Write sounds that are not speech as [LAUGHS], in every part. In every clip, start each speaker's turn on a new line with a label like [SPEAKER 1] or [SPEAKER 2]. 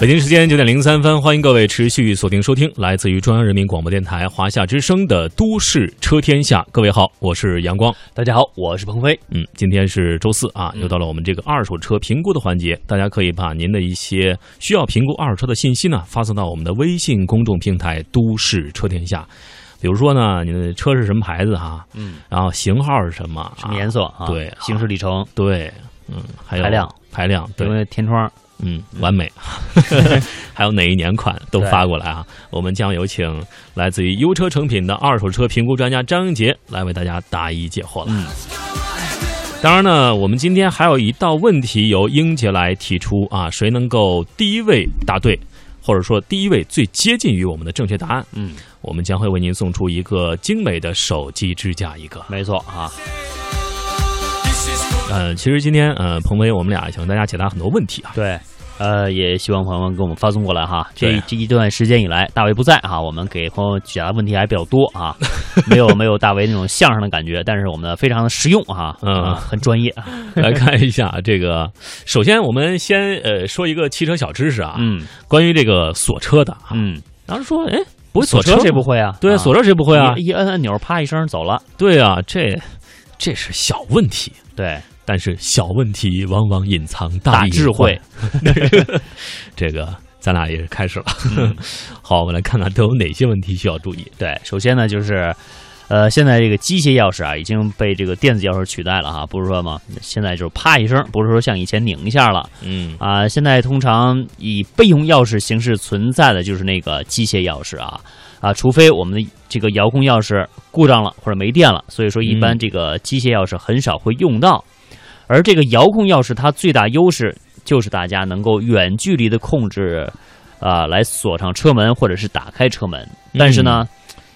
[SPEAKER 1] 北京时间九点零三分，欢迎各位持续锁定收听来自于中央人民广播电台华夏之声的《都市车天下》。各位好，我是阳光。
[SPEAKER 2] 大家好，我是鹏飞。
[SPEAKER 1] 嗯，今天是周四啊，
[SPEAKER 2] 嗯
[SPEAKER 1] 又到了我们这个二手车评估的环节。大家可以把您的一些需要评估二手车的信息呢，发送到我们的微信公众平台“都市车天下”。比如说呢，你的车是什么牌子啊？
[SPEAKER 2] 嗯，
[SPEAKER 1] 然后型号是什么啊？
[SPEAKER 2] 什么颜色啊？
[SPEAKER 1] 对
[SPEAKER 2] 行驶里程，
[SPEAKER 1] 对，嗯，还有
[SPEAKER 2] 排量，
[SPEAKER 1] 排量，
[SPEAKER 2] 有
[SPEAKER 1] 对
[SPEAKER 2] 没，有天窗？
[SPEAKER 1] 嗯，完美。 [LAUGHS] 还有哪一年款都发过来啊！我们将有请来自于优车成品的二手车评估专家张杰来为大家答疑解惑了。
[SPEAKER 2] 嗯
[SPEAKER 1] 当然呢，我们今天还有一道问题由英杰来提出啊，谁能够第一位答对，或者说第一位最接近于我们的正确答案，
[SPEAKER 2] 嗯，
[SPEAKER 1] 我们将会为您送出一个精美的手机支架一个。
[SPEAKER 2] 没错啊。
[SPEAKER 1] 呃，其实今天呃，彭威我们俩想为大家解答很多问题啊。
[SPEAKER 2] 对，呃，也希望朋友们给我们发送过来哈。这
[SPEAKER 1] 对
[SPEAKER 2] 这一段时间以来，大为不在哈，我们给朋友解答问题还比较多
[SPEAKER 1] [LAUGHS]
[SPEAKER 2] 啊，没有没有大为那种相声的感觉，但是我们呢非常的实用哈，
[SPEAKER 1] 嗯
[SPEAKER 2] 啊很专业啊。
[SPEAKER 1] 来看一下这个，呃首先我们先呃说一个汽车小知识啊，
[SPEAKER 2] 嗯
[SPEAKER 1] 关于这个锁车的啊，
[SPEAKER 2] 嗯，
[SPEAKER 1] 当时说，哎，不会
[SPEAKER 2] 锁
[SPEAKER 1] 锁
[SPEAKER 2] 车
[SPEAKER 1] 车
[SPEAKER 2] 谁不会啊？
[SPEAKER 1] 对，锁车谁不会啊？
[SPEAKER 2] 一一摁按钮，啪一声走了。
[SPEAKER 1] 对啊，这这是小问题，
[SPEAKER 2] 对，
[SPEAKER 1] 但是小问题往往隐藏
[SPEAKER 2] 大
[SPEAKER 1] 隐
[SPEAKER 2] 智慧
[SPEAKER 1] 患。 [LAUGHS] 这个咱俩也开始了，
[SPEAKER 2] 嗯
[SPEAKER 1] [LAUGHS] 好，我们来看看都有哪些问题需要注意。
[SPEAKER 2] 对，首先呢就是，呃，现在这个机械钥匙啊已经被这个电子钥匙取代了哈，不是说嘛，现在就是啪一声，不是说像以前拧一下了
[SPEAKER 1] 嗯
[SPEAKER 2] 啊、现在通常以备用钥匙形式存在的就是那个机械钥匙啊啊，除非我们的这个遥控钥匙故障了或者没电了，所以说一般
[SPEAKER 1] 嗯
[SPEAKER 2] 这个机械钥匙很少会用到，而这个遥控钥匙它最大优势就是大家能够远距离的控制。啊、来锁上车门或者是打开车门，但是呢，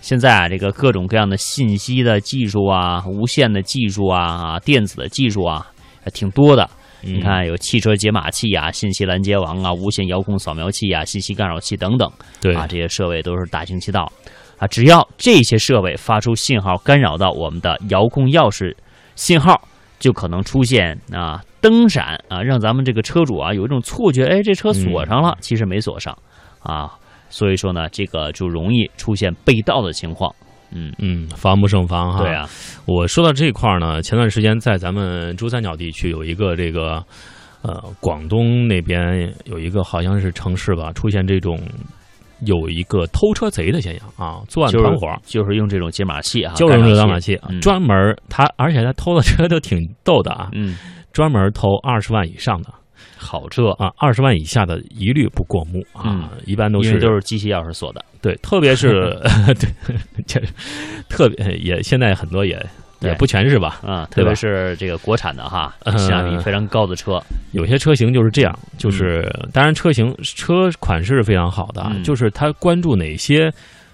[SPEAKER 2] 现在啊，这个各种各样的信息的技术啊，无线的技术啊，啊电子的技术啊，还挺多的。
[SPEAKER 1] 嗯，
[SPEAKER 2] 你看，有汽车解码器啊，信息拦截网啊，无线遥控扫描器啊，信息干扰器等等
[SPEAKER 1] 对
[SPEAKER 2] 啊，这些设备都是大行其道啊。只要这些设备发出信号干扰到我们的遥控钥匙信号，就可能出现啊灯闪啊，让咱们这个车主啊有一种错觉，哎，这车锁上了，
[SPEAKER 1] 嗯
[SPEAKER 2] 其实没锁上啊。所以说呢，这个就容易出现被盗的情况。嗯，
[SPEAKER 1] 嗯，防不胜防哈。
[SPEAKER 2] 对啊，
[SPEAKER 1] 我说到这块儿呢，前段时间在咱们珠三角地区有一个这个，呃，广东那边有一个好像是城市吧，出现这种有一个偷车贼的现象啊，作案
[SPEAKER 2] 就是
[SPEAKER 1] 团伙儿。
[SPEAKER 2] 就是用这种解码器啊，
[SPEAKER 1] 就是用这
[SPEAKER 2] 干
[SPEAKER 1] 导
[SPEAKER 2] 扰
[SPEAKER 1] 码器，
[SPEAKER 2] 嗯
[SPEAKER 1] 专门儿他，而且他偷的车都挺逗的啊，
[SPEAKER 2] 嗯，
[SPEAKER 1] 专门儿偷二十万以上的
[SPEAKER 2] 好这，
[SPEAKER 1] 啊，二十万以下的一律不过目啊，一般都
[SPEAKER 2] 因为
[SPEAKER 1] 是
[SPEAKER 2] 都是机械钥匙锁的。
[SPEAKER 1] 对，特别是
[SPEAKER 2] [LAUGHS]
[SPEAKER 1] 对， [LAUGHS] 这特别也现在很多也也
[SPEAKER 2] 对
[SPEAKER 1] 不全是吧，
[SPEAKER 2] 啊，
[SPEAKER 1] 对
[SPEAKER 2] 特
[SPEAKER 1] 吧
[SPEAKER 2] 别是这个国产的哈，
[SPEAKER 1] 嗯
[SPEAKER 2] 性价比非常高的车，
[SPEAKER 1] 有些车型就是这样，
[SPEAKER 2] 嗯
[SPEAKER 1] 就是、当然车型车款式是非常好的啊，
[SPEAKER 2] 嗯
[SPEAKER 1] 就是他关注哪些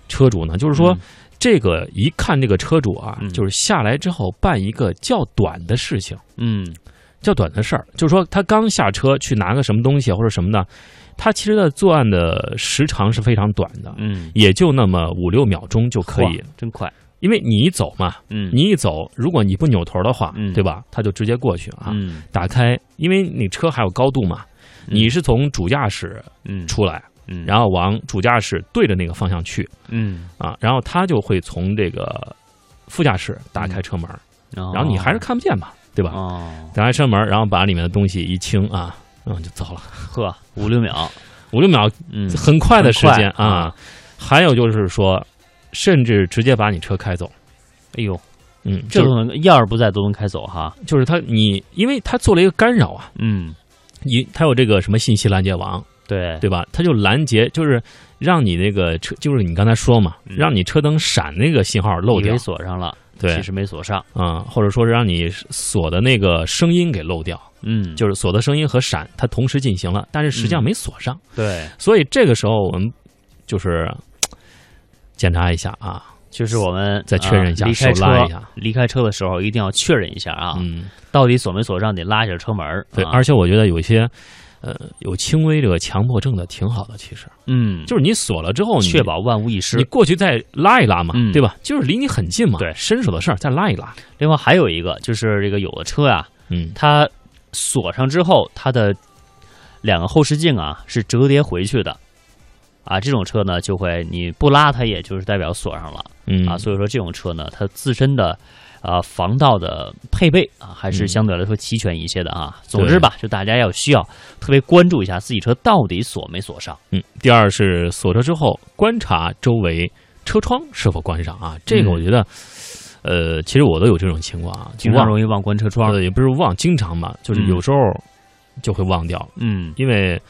[SPEAKER 1] 车主呢？就是说、
[SPEAKER 2] 嗯
[SPEAKER 1] 这个一看这个车主啊，
[SPEAKER 2] 嗯
[SPEAKER 1] 就是下来之后办一个较短的事情，
[SPEAKER 2] 嗯
[SPEAKER 1] 较短的事儿，就是说他刚下车去拿个什么东西或者什么的，他其实的作案的时长是非常短的，
[SPEAKER 2] 嗯，
[SPEAKER 1] 也就那么五六秒钟就可以
[SPEAKER 2] 哇，，真快，
[SPEAKER 1] 因为你一走嘛，
[SPEAKER 2] 嗯，
[SPEAKER 1] 你一走，如果你不扭头的话，
[SPEAKER 2] 嗯
[SPEAKER 1] 对吧？他就直接过去啊。
[SPEAKER 2] 嗯
[SPEAKER 1] 打开，因为你车还有高度嘛，
[SPEAKER 2] 嗯
[SPEAKER 1] 你是从主驾驶
[SPEAKER 2] 嗯
[SPEAKER 1] 出来，
[SPEAKER 2] 嗯，
[SPEAKER 1] 然后往主驾驶对着那个方向去
[SPEAKER 2] 嗯，
[SPEAKER 1] 啊，然后他就会从这个副驾驶打开车门，
[SPEAKER 2] 然
[SPEAKER 1] 然后你还是看不见嘛，对吧？
[SPEAKER 2] 嗯哦，
[SPEAKER 1] 打开车门，然后把里面的东西一清啊，嗯，就走了，
[SPEAKER 2] 呵，五六秒，
[SPEAKER 1] 五六秒，
[SPEAKER 2] 嗯
[SPEAKER 1] 嗯很快的时间
[SPEAKER 2] 很快
[SPEAKER 1] 啊。还有就是说，甚至直接把你车开走，
[SPEAKER 2] 哎呦，
[SPEAKER 1] 嗯，就
[SPEAKER 2] 这
[SPEAKER 1] 是
[SPEAKER 2] 都能钥匙不在都能开走哈，
[SPEAKER 1] 就是他你，因为他做了一个干扰啊，
[SPEAKER 2] 嗯，
[SPEAKER 1] 你他有这个什么信息拦截网，
[SPEAKER 2] 对，
[SPEAKER 1] 对吧？它就拦截，就是让你那个车，就是你刚才说嘛，
[SPEAKER 2] 嗯
[SPEAKER 1] 让你车灯闪那个信号漏
[SPEAKER 2] 以
[SPEAKER 1] 掉
[SPEAKER 2] 为，锁上了，
[SPEAKER 1] 对
[SPEAKER 2] 其，实没锁上，
[SPEAKER 1] 啊、或者说是让你锁的那个声音给漏掉，
[SPEAKER 2] 嗯，
[SPEAKER 1] 就是锁的声音和闪它同时进行了，但是实际上
[SPEAKER 2] 嗯
[SPEAKER 1] 没锁上，
[SPEAKER 2] 对，
[SPEAKER 1] 所以这个时候我们就是嘖检查一下啊，
[SPEAKER 2] 就是我们
[SPEAKER 1] 再确认一下，
[SPEAKER 2] 啊离
[SPEAKER 1] 手
[SPEAKER 2] 开车
[SPEAKER 1] 拉一下，
[SPEAKER 2] 离开车的时候一定要确认一下啊，
[SPEAKER 1] 嗯，
[SPEAKER 2] 到底锁没锁上，得拉一下车门儿，
[SPEAKER 1] 对，
[SPEAKER 2] 啊
[SPEAKER 1] 而且我觉得有些。呃，有轻微这个强迫症的挺好的，其实
[SPEAKER 2] 嗯，
[SPEAKER 1] 就是你锁了之后，你
[SPEAKER 2] 确保万无一失
[SPEAKER 1] 你。过去再拉一拉嘛，
[SPEAKER 2] 嗯
[SPEAKER 1] 对吧？就是离你很近嘛，
[SPEAKER 2] 对
[SPEAKER 1] 伸手的事儿再拉一拉，
[SPEAKER 2] 另外还有一个就是这个有的车啊，
[SPEAKER 1] 嗯
[SPEAKER 2] 它锁上之后，它的两个后视镜啊是折叠回去的，啊，这种车呢就会你不拉它，也就是代表锁上了
[SPEAKER 1] 嗯
[SPEAKER 2] 啊，所以说这种车呢，它自身的啊防盗的配备啊还是
[SPEAKER 1] 嗯
[SPEAKER 2] 相对来说齐全一些的啊。总之吧，就大家要需要特别关注一下自己车到底锁没锁上。
[SPEAKER 1] 嗯，第二是锁车之后观察周围车窗是否关上啊，这个
[SPEAKER 2] 嗯
[SPEAKER 1] 我觉得，呃，其实我都有这种情况啊，
[SPEAKER 2] 经常
[SPEAKER 1] 忘
[SPEAKER 2] 容易忘关车窗
[SPEAKER 1] 呃，也不是忘，经常吧，就是
[SPEAKER 2] 嗯
[SPEAKER 1] 有时候就会忘掉，
[SPEAKER 2] 嗯
[SPEAKER 1] 因为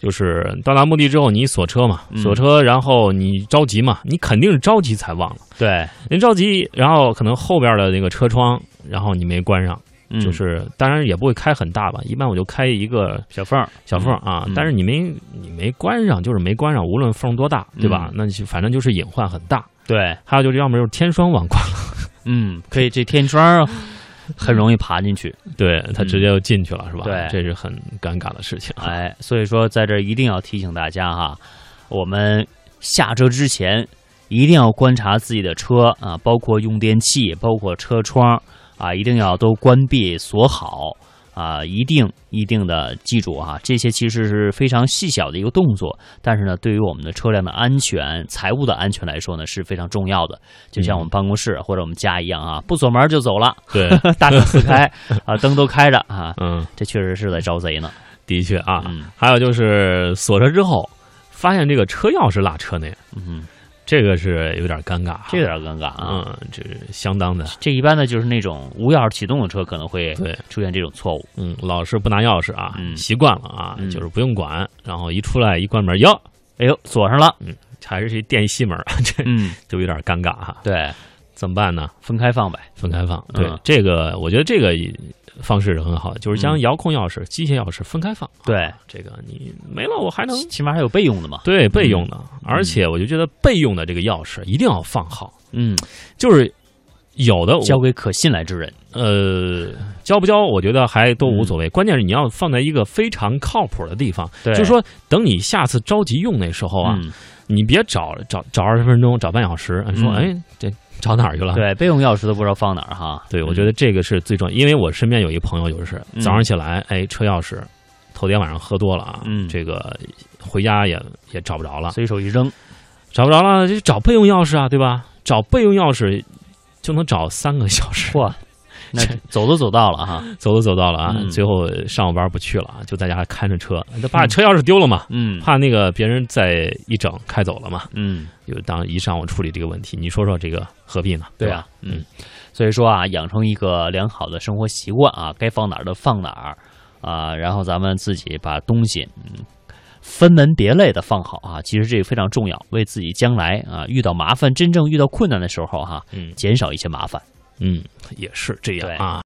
[SPEAKER 1] 就是到达目的之后你锁车嘛，
[SPEAKER 2] 嗯
[SPEAKER 1] 锁车，然后你着急嘛，你肯定是着急才忘了，
[SPEAKER 2] 对，
[SPEAKER 1] 人着急，然后可能后边的那个车窗，然后你没关上，
[SPEAKER 2] 嗯
[SPEAKER 1] 就是当然也不会开很大吧，一般我就开一个
[SPEAKER 2] 小缝儿，
[SPEAKER 1] 小缝儿啊
[SPEAKER 2] 嗯，
[SPEAKER 1] 但是你没你没关上，就是没关上，无论缝多大，对吧？
[SPEAKER 2] 嗯
[SPEAKER 1] 那就反正就是隐患很大。
[SPEAKER 2] 对，
[SPEAKER 1] 还有就是，要么就是天窗网关了，
[SPEAKER 2] 嗯，可以，这天窗 [LAUGHS] 儿很容易爬进去。
[SPEAKER 1] [LAUGHS] 对他直接就进去了，是吧？
[SPEAKER 2] 对
[SPEAKER 1] 这是很尴尬的事情。啊
[SPEAKER 2] 哎，所以说在这儿一定要提醒大家哈，我们下车之前一定要观察自己的车啊，包括用电器，包括车窗啊，一定要都关闭锁好啊，一定一定的记住哈、这些其实是非常细小的一个动作，但是呢，对于我们的车辆的安全、财务的安全来说呢，是非常重要的。就像我们办公室或者我们家一样啊，不锁门就走了，
[SPEAKER 1] [LAUGHS] 对，
[SPEAKER 2] 大门自开啊，灯都开着啊，
[SPEAKER 1] 嗯，
[SPEAKER 2] 这确实是在招贼呢。
[SPEAKER 1] 的确啊。
[SPEAKER 2] 嗯
[SPEAKER 1] 还有就是锁车之后，发现这个车钥匙落车内，
[SPEAKER 2] 嗯。
[SPEAKER 1] 这个是有点尴尬啊。
[SPEAKER 2] 这有点尴尬啊。
[SPEAKER 1] 嗯，这是相当的。
[SPEAKER 2] 这一般的就是那种无钥匙启动的车可能会
[SPEAKER 1] 对
[SPEAKER 2] 出现这种错误。
[SPEAKER 1] 嗯，老是不拿钥匙啊，
[SPEAKER 2] 嗯
[SPEAKER 1] 习惯了啊，
[SPEAKER 2] 嗯
[SPEAKER 1] 就是不用管。然后一出来一关门，哟，
[SPEAKER 2] 哎呦，锁上了。
[SPEAKER 1] 还是一电吸门，啊 [LAUGHS] 这
[SPEAKER 2] 嗯，
[SPEAKER 1] 就有点尴尬哈、
[SPEAKER 2] 对，
[SPEAKER 1] 怎么办呢？
[SPEAKER 2] 分开放呗。
[SPEAKER 1] 分开放。对，
[SPEAKER 2] 嗯
[SPEAKER 1] 这个我觉得这个方式是很好的，就是
[SPEAKER 2] 嗯
[SPEAKER 1] 将遥控钥匙、机械钥匙分开放。啊
[SPEAKER 2] 对，
[SPEAKER 1] 这个你没了，我还能
[SPEAKER 2] 起起码还有备用的嘛。
[SPEAKER 1] 对备用的，
[SPEAKER 2] 嗯
[SPEAKER 1] 而且我就觉得备用的这个钥匙一定要放好，
[SPEAKER 2] 嗯，
[SPEAKER 1] 就是。有的我
[SPEAKER 2] 交给可信赖之人。
[SPEAKER 1] 呃交不交，我觉得还都无所谓，关键是你要放在一个非常靠谱的地方，
[SPEAKER 2] 嗯对，
[SPEAKER 1] 就是说等你下次着急用那时候啊，
[SPEAKER 2] 嗯，
[SPEAKER 1] 你别找找找二十分钟，找半小时，你说、
[SPEAKER 2] 嗯
[SPEAKER 1] 哎这找哪儿去了？
[SPEAKER 2] 对，备用钥匙都不知道放哪儿哈。
[SPEAKER 1] 对，我觉得这个是最重要，因为我身边有一朋友，就是
[SPEAKER 2] 嗯
[SPEAKER 1] 早上起来，哎，车钥匙，头天晚上喝多了啊，
[SPEAKER 2] 嗯
[SPEAKER 1] 这个回家也也找不着了，
[SPEAKER 2] 随手一扔。
[SPEAKER 1] 找不着了就找备用钥匙啊，对吧？找备用钥匙就能找三个小时， [LAUGHS]
[SPEAKER 2] 嚯，那走都走到了哈。
[SPEAKER 1] 走都走到了啊，
[SPEAKER 2] 嗯
[SPEAKER 1] 最后上午班不去了啊，就在家看着车，就怕车钥匙丢了嘛，
[SPEAKER 2] 嗯
[SPEAKER 1] 怕那个别人再一整开走了嘛，
[SPEAKER 2] 嗯，
[SPEAKER 1] 就当一上午处理这个问题，你说说这个何必呢？
[SPEAKER 2] 对
[SPEAKER 1] 吧？
[SPEAKER 2] 啊，嗯，所以说啊，养成一个良好的生活习惯啊，该放哪儿的放哪儿啊，然后咱们自己把东西嗯分门别类的放好啊，其实这个非常重要，为自己将来啊遇到麻烦、真正遇到困难的时候哈、
[SPEAKER 1] 嗯
[SPEAKER 2] 减少一些麻烦。
[SPEAKER 1] 嗯，也是这样啊。